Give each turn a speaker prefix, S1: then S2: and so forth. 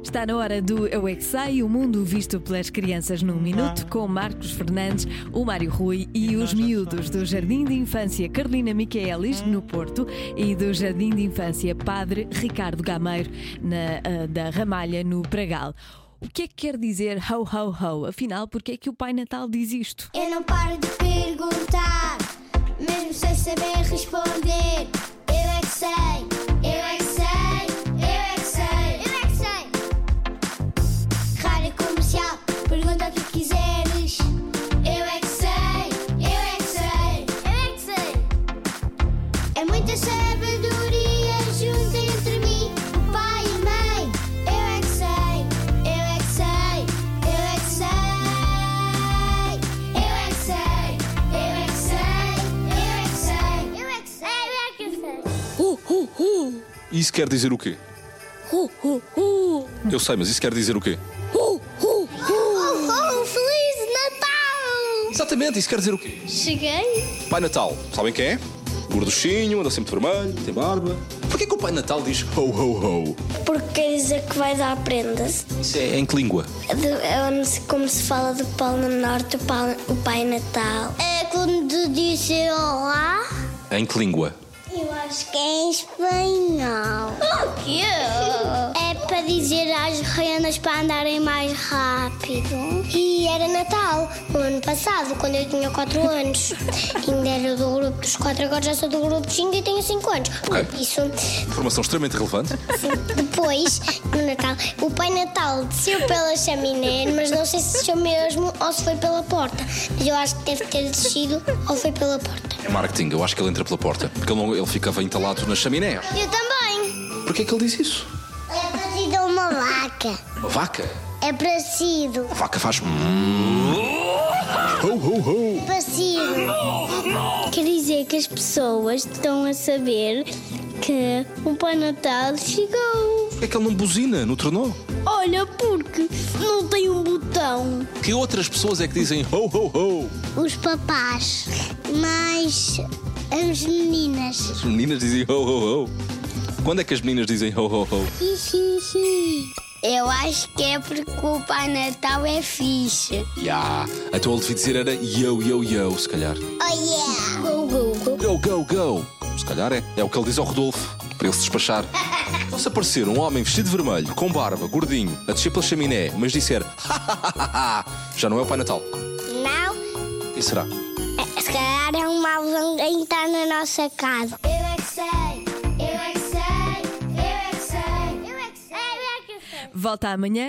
S1: Está na hora do Eu é que Sei, o mundo visto pelas crianças num minuto, com Marcos Fernandes, o Mário Rui e os miúdos do Jardim de Infância Carolina Miquelis, no Porto, e do Jardim de Infância Padre Ricardo Gameiro, na, ah, da Ramalha, no Pragal. O que é que quer dizer ho ho ho? Afinal, porque é que o Pai Natal diz isto?
S2: Eu não paro de perguntar, mesmo sem saber responder. Eu é que sei, eu é que sei, eu é que sei, eu é que sei. Rádio comercial, pergunta o que quiseres. Eu é que sei, eu é que sei, eu é que sei. É muita sabedoria junta entre mim, o pai e a mãe. Eu é que sei, eu é que sei, eu é que sei. Eu é que sei, eu é que sei, eu é que sei. Eu é que sei, eu é que sei.
S3: Hu, hu, hu.
S4: Isso quer dizer o quê?
S3: Hu, hu, hu.
S4: Eu sei, mas isso quer dizer o quê?
S3: Hu, hu, hu.
S2: Oh, Feliz Natal!
S4: Exatamente, isso quer dizer o quê?
S2: Cheguei?
S4: Pai Natal, sabem quem é? Gorduchinho, anda sempre de vermelho, tem barba. Porquê que o Pai Natal diz ho ho ho?
S2: Porque quer dizer que vais à prendas.
S4: Isso é em que língua?
S2: É onde se- como se fala do Polo no Norte, o, Polo- o Pai Natal. É quando dizem olá?
S4: Em que língua?
S2: Eu acho que é em espanhol. O quê? É para dizer às renas para andarem mais rápido. E era Natal, no ano passado, quando eu tinha 4 anos. Ainda era do grupo dos 4, agora já sou do grupo 5 e tenho 5 anos.
S4: Ok.
S2: Isso
S4: Informação extremamente relevante.
S2: depois, no Natal, o Pai Natal desceu pela chaminé, mas não sei se desceu mesmo ou se foi pela porta. Mas eu acho que deve ter descido ou foi pela porta.
S4: É marketing, eu acho que ele entra pela porta. Porque ele, não, ele ficava entalado na chaminé.
S2: Eu também.
S4: Porquê que ele diz isso?
S2: É parecido uma vaca.
S4: Uma vaca?
S2: É parecido.
S4: A vaca faz. hum. Ho ho ho!
S2: é Parecido. Quer dizer que as pessoas estão a saber que o Pai Natal chegou.
S4: Porquê que ele não buzina no trenó?
S2: Olha, porque não tem um botão.
S4: Que outras pessoas é que dizem ho ho ho?
S2: Os papás, mas as meninas.
S4: As meninas dizem ho ho ho. Quando é que as meninas dizem ho ho ho?
S2: Eu acho que é porque o Pai Natal é fixe.
S4: Ya! Então ele devia dizer era yo yo yo, se calhar.
S2: Oh yeah! Go, go, go.
S4: Go, go, go! Se calhar é, é o que ele diz ao Rodolfo, para ele se despachar. Então, se aparecer um homem vestido de vermelho, com barba, gordinho, a descer pela chaminé, mas disser já não é o Pai Natal.
S2: Não,
S4: E será?
S2: é- se calhar é um mau alguém está na nossa casa. Eu é que sei, eu é que sei, eu é que sei, eu é que sei, eu é que sei.
S1: Volta amanhã